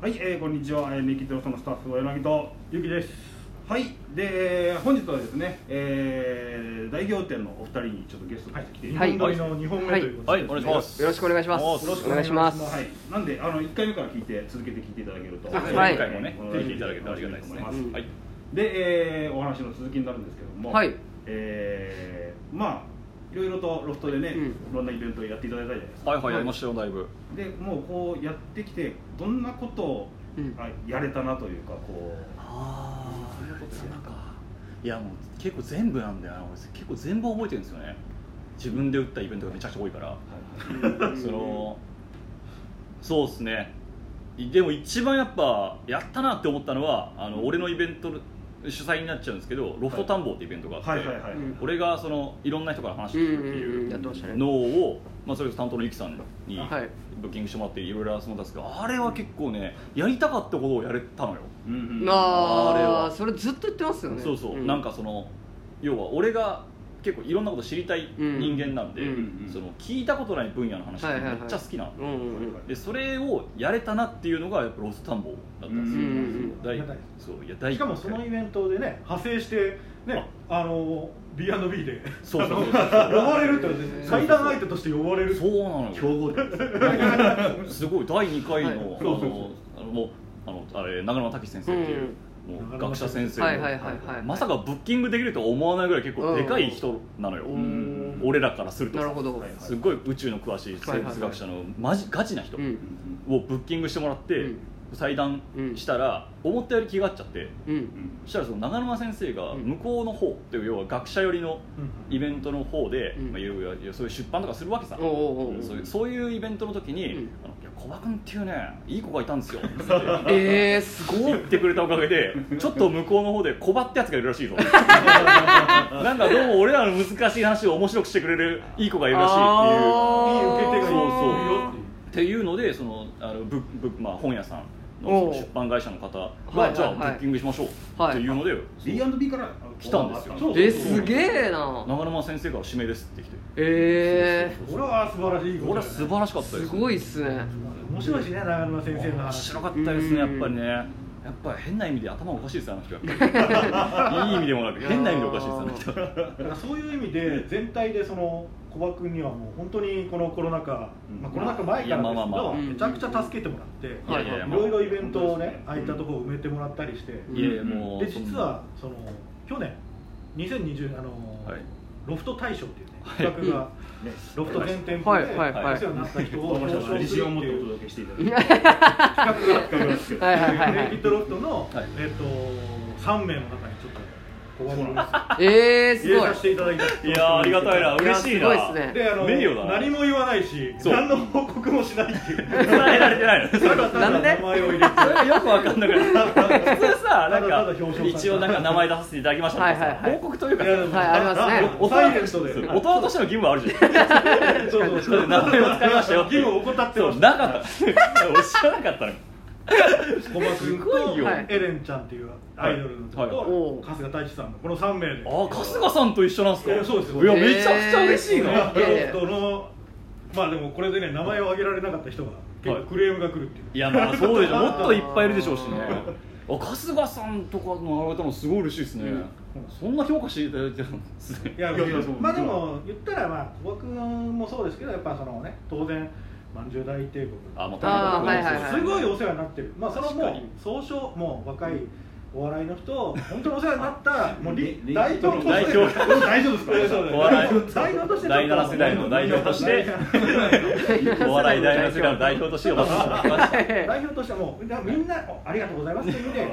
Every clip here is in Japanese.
はい、えー、こんにちは、えー、メキドロソのスタッフの柳とゆきです。はい、で、えー本日はですね、えー、大行店のお二人にちょっとゲストとして来ていただはいいて、はいの二本目ということはで、い、お願いします。よろしくお願いしますよろしくお願いしますはい、なんで、あの一回目から聞いて、続けて聞いていただけると、お願いします。はい前回もね、うん聞いていただけてありがたいですね。ははい。で、えーお話の続きになるんですけども、はいえーまあいろいろとロフトでね、うんいろんなイベントをやっていただいたじゃないですか。はいはい、やりましたよ、だいぶ。で、もうこうやってきてどんなことを、うんあやれたなというかこう。ああ、そういうことか。いや、もう結構全部なんだよな、俺結構全部覚えてるんですよね。自分で打ったイベントがめちゃくちゃ多いから。その。そうですね。でも一番やっぱ、やったなって思ったのは、あの、俺のイベントの。主催になっちゃうんですけど、ロフト探訪ってイベントがあって。はいはいはい。うん俺がそのいろんな人から話をう聞んくっていううんうんやってましたねのを、まあ、それこそ担当のゆきさんにはいブッキングしてもらっていろいろ遊んだんですけどあれは結構ねやりたかったことをやれたのよ、うんうんああれあはそれずっと言ってますよねそうそう、なんかその要は俺が結構いろんなこと知りたい人間なんで、うんうんその聞いたことない分野の話がはいはいめはいっちゃ好きなの、うんうんうんでそれをやれたなっていうのがやっぱロスタンボだったんですよ、うんうんうん大はいそういや大しかもそのイベントでね派生してねあの B&B でそうそう呼そうばれるってことでへーす対談相手として呼ばれるそうなのよ競合です。すごい第2回の、はいあのあのもうあのあれ長沼武先生っていう、もう学者先生のはいはいはいはいまさかブッキングできるとは思わないぐらい結構でかい人なのよ、うん俺らからするとなるほどはいすっごい宇宙の詳しい生物学者のマジガチな人うをんブッキングしてもらって、うん裁断したら思ったより気が合っちゃってうんそしたらその長沼先生がうん向こうの方っていう要は学者寄りのイベントの方で、うんまあ、いろいろそういう出版とかするわけさ、おうおうおうそういうそういうイベントの時にうん「あのいや小葉君っていうねいい子がいたん ですよ」つってええすごい言ってくれたおかげでちょっと向こうの方で小葉ってやつがいるらしいぞなんかどうも俺らの難しい話を面白くしてくれるいい子がいるらしいあっいい受け手がいるそうそうよっていうていうっていうのでそのあのぶぶ、まあ、本屋さんのおうその出版会社の方はいはいはがいじゃあブッキングしましょうはいっていうので B&B から来たんですよそうえすげえな長沼先生から指名ですって来てえ俺は素晴らしいことだ俺よはね素晴らしかっえたですすごいっすね面白いしね長沼先生の面話白かったですね、やっぱりね、やっぱり変な意味で頭おかしいです、あの人、やっぱりいい意味でもなく、変な意味でおかしいです、あの人、だからそういう意味で全体でその小葉君にはもう本当にこのコロナ禍、まあ、コロナ禍前からいやまあまあまあですけどめちゃくちゃ助けてもらっていやいやいやいろいろイベントをそうですねね空いたところを埋めてもらったりして、んいやいや、もう、で実はその去年2020あの、はいロフト大賞っていうね企画 が、ねロフト全店舗ではいはいはいお世話になった人をこの表人の彰自す信るっを持ってておいう届けしていただきたい企画が企画ですけど。ははいはいはいはレイキッドいロフトの、はいえっと3名の中にちょっと小林君をええす入れごいさせていただいたいやー、ありがたいな、いや嬉しいすごな、いっすねであの名誉だな何も言わないしそう何の報告もしないっていう伝えられてない の、それただただなんで名前を入 れてがよくわかんなくなる、普通さ、なんただただか表彰され、た一応、なんか名前出させていただきましたとかはいはいはさ、い報告というかいやでもはいありますね大サイレ人ントでそう大人としての義務はあるじゃん、 そうそうそう名前を使いましたよってい 義う務を怠ってそまう、しなたかった、俺知らなかったの、小松君すごといよはいエレンちゃんっていうアイドルの人はいおとう春日太一さんのこの3名であー春日さんと一緒なんすか、えそうですいや、めちゃくちゃ嬉しいロな。えーフトのまあでもこれでね名前を挙げられなかった人が結構クレームが来るっていういやまあそうでしょもっといっぱいいるでしょうし ねあ春日さんとかのあれたのすごい嬉しいですね、うんそんな評価していただいてたんですねいやいやいやそうまあでも言ったらまあ小くんもそうですけどやっぱそのね当然万十大帝国あもうあーはいはいはいすごいお世話になってるまあその確かもにう総称もう若いお笑いの人本当にお世話にな ったもうりり代表として代表大丈夫ですか。そうそうお笑い代表として第7世代の代表として お笑い第7世代の代表として呼ばせてもらいました 代表としてもうだみんなおありがとうございますっていう意味で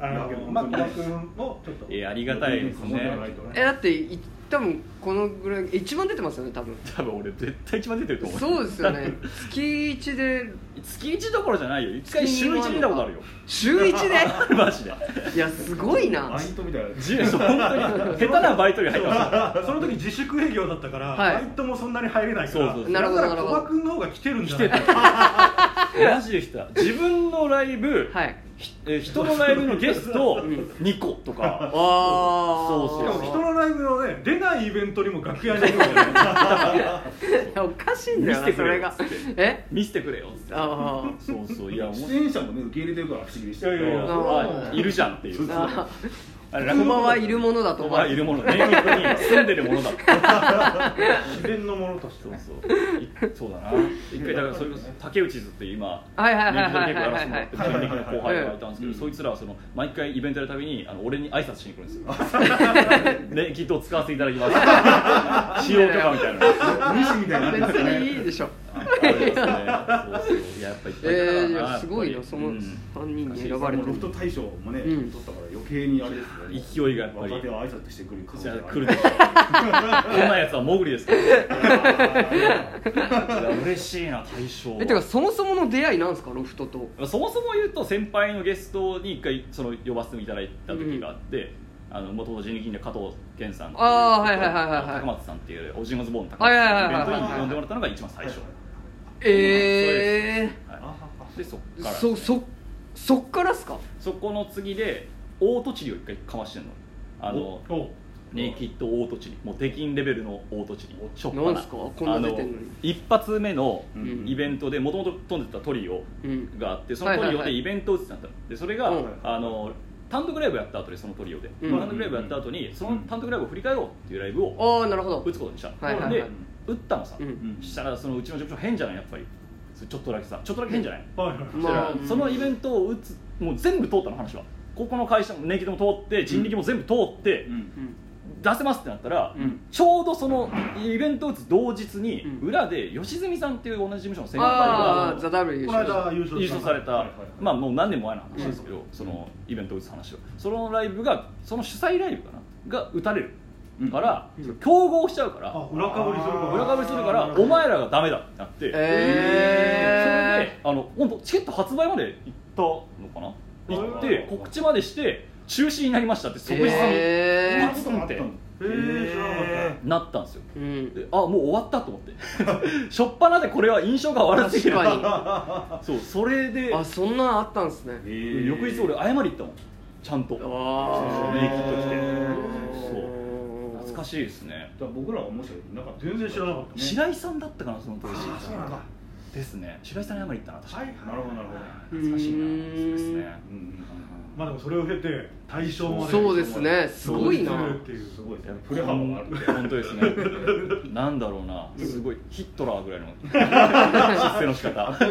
あのまあ小くんをちょっといやありがたいですねえだってい多分このぐらい一番出てますよね多分多分俺絶対一番出てると思うそうですよね月一で 月1どころじゃないよ一回週1見たことあるよ 週一でマジで いやすごいなバイトみたいな。じ 本当に下手なバイトに入ってました その時自粛営業だったから、はいバイトもそんなに入れないからそうそうそうなるほどだからなるほ小ど 葉君の方が来てるんじゃない来か マジで来た自分のライブ、はいひえー人のライブのゲストん2個とあかあそしうかそうも人のライブのね出ないイベントにも楽屋にいるからおかしいんだよ見せなてくそれれよがえ 見せてくれよっつってあそうそう いや面出白い演者もね受け入れてるから不思議でしたいやいやいやあいるじゃんっていうそうあああれあ駒はいるものだと駒思はういるものね住んでるものだって自然のものとしてそうねそういそうだな 一回だからそれこそ竹内図っていう今はいはい人は気のいはい結構はいやらはせていもはらいってる人気の後輩がいたんですけど、うんそいつらはその毎回イベントやるたびにあの俺に挨拶しに来るんですよ ねきっと使わせていただき ます使用許可みたいな無視みたいになってま別すねにいいでしょありますねそうそういややっぱいっぱいいたなえーいややっぱりすごいよその三人に選ばあれれてもるロフト大賞もね、う取んったから余計にあれですよね勢いがやっぱり若手は挨拶してくる可能じ性ゃあがあ来るでしょこないやつはモグリですから いや嬉しいな大賞えてかそもそもの出会いなんですかロフトとそもそも言うと先輩のゲストに一回その呼ばせていただいた時があって、あの元々人力銀の加藤健さんっていうあーはいはいはいはいはい高松さんっていうオジンオズボーンの高松さんのイベントに呼んでもらったのが一番最初、えはい、でそっえからそそそっからっすかそこの次で大戸地理を一回かましてんのあのおおネイキッド大戸地理もう出禁レベルの大戸地理ちょっぱなんすかこんな出てんのに一発目のうんイベントでもともと飛んでたトリオうんがあってそのトはいリはオいはでいイベントを打ってたんだでそれが、うんあの単独ライブやった後でそのトリオで、うん単独ライブやった後にその単独ライブを振り返ろうっていうライブをああなるほど打つことにした、はいはいはいで打ったのさ、うんしたらそのうちの事務所変じゃないやっぱりそれちょっとだけさちょっとだけ変じゃない、はいはいそしたらまあそのイベントを打つもう全部通ったの話はここの会社も年金も通って人力も全部通って、うん出せますってなったら、うんちょうどそのイベントを打つ同日に、うん裏で吉住さんっていう同じ事務所の先輩がああザ・ダブル優この勝間優勝優勝された、はいはいはいまあもう何年も前の話ですけど、そのイベントを打つ話をそのライブがその主催ライブかなが打たれるから、うんその競合しちゃうから、あ裏かぶりするから裏かぶりするからあーお前らがダメだってなって、えそれであの本当チケット発売まで行ったのかなはい行っはいはてい告知までして中止になりましたってえ即日にえあえそうなったのえー知らなかったなったんですよ、うんであもう終わったと思って 初っ端でこれは印象が悪すぎる確かそうそれでにあそんなんあったんですねえー翌日俺謝り行ったもんちゃんとあメイクと来てそう懐懐かしいですねだから僕らはもしかしていなかった全然知らなかっね白井さんだったかなその当時あそうなんだですね白井さんに謝り行ったな確かになるほどなるほど懐かしいなそうですうねうんうんまあでもそれを経て大賞までそうですねすごいな上っていうすごいですやっねぱプレハもあるんで本当ですねなんだろうなすごいヒットラーぐらいの出世の仕方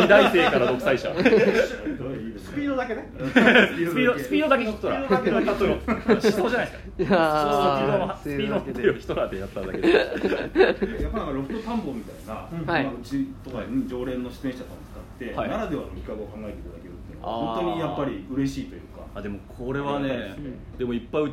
二大生から独裁者スピードだけねスピードスピードだけヒットラースピードだけ思想じゃないですかいやースピードのスピードの出るヒットラーでやっただけでやっぱなんかロフト田んぼみたいな、うんまはいあ、うちとかに常連の出演者さんを使って、はいならではの企画を考えていただけるっていうのはあ本ー当にやっぱり嬉しいというかあでもこれはね、でもいっぱい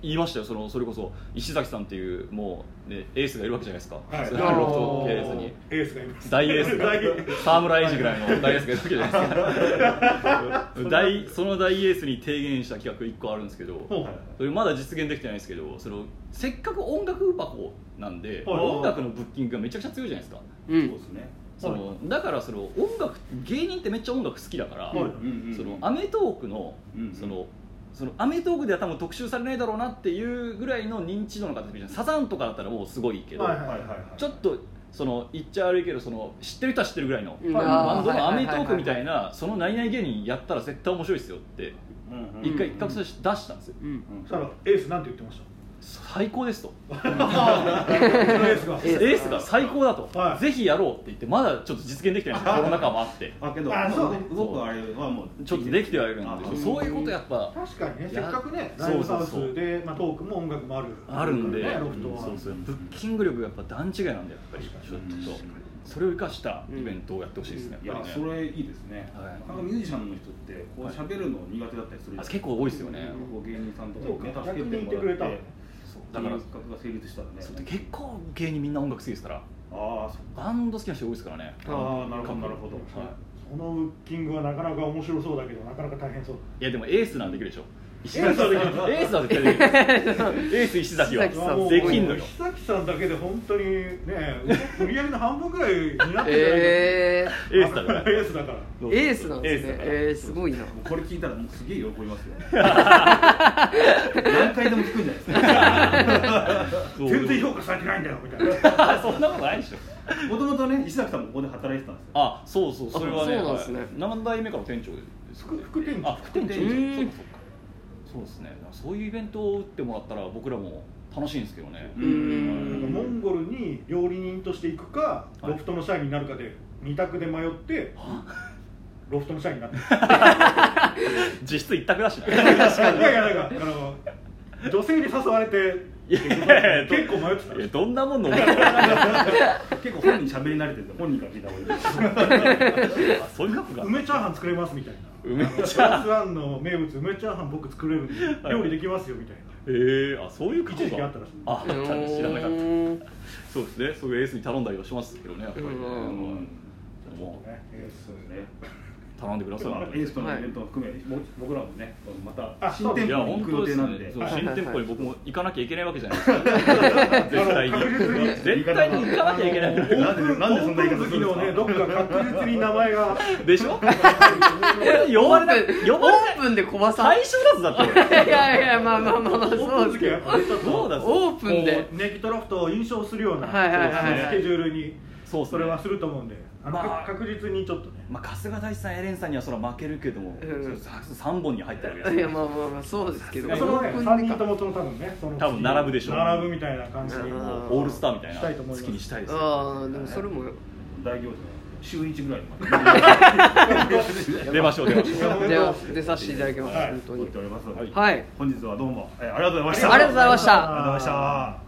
言いましたよそのそれこそ石崎さんっていうもう、ね、エースがいるわけじゃないですか、はいそのロフト系列にエースがいます大エースが 大エース沢村エイジぐら いの大エースがいるわけじゃないですか 大その大エースに提言した企画1個あるんですけどほうそれまだ実現できてないですけどそのせっかく音楽箱なんではい音楽のブッキングがめちゃくちゃ強いじゃないですかうそうでんすね、そのだからその音楽芸人ってめっちゃ音楽好きだから、はいうんうんそのアメトークの、うんそのそのアメトークでは多分特集されないだろうなっていうぐらいの認知度の方じゃんサザンとかだったらもうすごいけど、はいはいはいはいちょっとその言っちゃ悪いけどその知ってる人は知ってるぐらいの、うんバあンードのアはいはメいトはいはいークみたいなその何々芸人やったら絶対面白いですよってうんうん一回一括出し出したんですよ、うんうんそ したらエースなんて言ってまし最高ですと たエースがエエースがースが最高だと、はいぜひやろうって言ってまだちょっと実現できて ないんですよコロナ禍もあってあけどあそう動く動くあれはもうちょっとできてはいるんであそうそういうことやっぱ確かにねいせっやかくねそうライブハウそうそうスでまあトークも音楽もあるあるんで、ねロフトはそうそうブッキング力がやっぱ段違いなんでやっぱりちょうんっとそれを生かしたイベントをやってほしいですね、いやっやぱりそねれいいですね、はいなかなかミュージシャンの人ってこう喋るの苦手だったりするじゃあない結構多いですよね、こう芸人さんとかそうにかね逆助に言けっててもくられったてわねそうだだかからら企画が成立したらねそう結構芸人みんな音楽好きですからああそっバンド好きな人多いですからねああなるほどなるほど、はそのブッキングはなかなか面白そうだけどなかなか大変そういやでもエースなんできるでしょ石崎さんエースは絶対できるエース石崎石崎さあんもうはできんのよ石 崎さんだけで本当にね売り上げの半分ぐらいになってるんじゃないかええースだから エースだからそうそうエースなんですエねースだからえー、すごいなもうこれ聞いたらもうすげえ喜びます よ何回でも聞くんじゃないですかそう全然評価されてないんだよみたいなそんなことないでしょもともとね石崎さんもここで働いてたんですよあそうそうそれはねそうなんですねはい何代目かの店長ですかね副副店長あ副店長うんそうかそうかそうですねそういうイベントを打ってもらったら僕らも楽しいんですけどねうーなんかんモンゴルに料理人として行くか、はいロフトの社員になるかで二択で迷ってロフトの社員になった実質一択だし ないやいやなんかあの女性に誘われて結構迷ってたいやどんな もん飲むの結構本人喋り慣れてるんで本人から聞いた方がいいですあそういうことか梅チャーハン作れますみたいな梅チャーハンプラスワンの名物梅チャーハン僕作れるんで料理できますよみたいなえー、あそういうことか一時期あったらしいああったね知らなかっうたーんそうですねそういうエースに頼んだりはしますけどねやっぱりねうんうんもねえーそうねう頼んでくださいあのエースとのイベントも含め、もう僕らもねまたあ新い店や舗に本行く当予定ですなんでねそうはいはい新はい店舗に僕も行かなきゃいけないわけじゃないですか絶対にあの確実に絶対に行かなきゃいけないオープンなんでそんな言いオ方ーすプるんですンのか時のねどっか確実に名前がでしょ俺呼ばれない 呼ばオれないープンで小バさん最初だぞだって 俺いやいやまあまあまあまあオーそプンうでのすけ時はやっどぱりちょっとどうだオープンでこうネギトロフトを印象するようなはいはいはいはいそうですねスケジュールにそうっすそねれはすると思うんであのまあ確実にちょっとねまあ春日大師さんエレンさんにはそれは負けるけども、うん三本に入ってるわけですいやまあまあまあそうですけどまあそのねオープン3で人かともその多分ねその多分並ぶでしょう並ぶみたいな感じにうんもうオールスターみたいなしたいと思います好きにしたいですねああでもそれも大行事の週1ぐらいま で 出ましょう出ましょう出ます出させていただきますはい本当思っにております、ははいい本日はどうも、えーありがとうございましあたりがとうございましたありがとうございました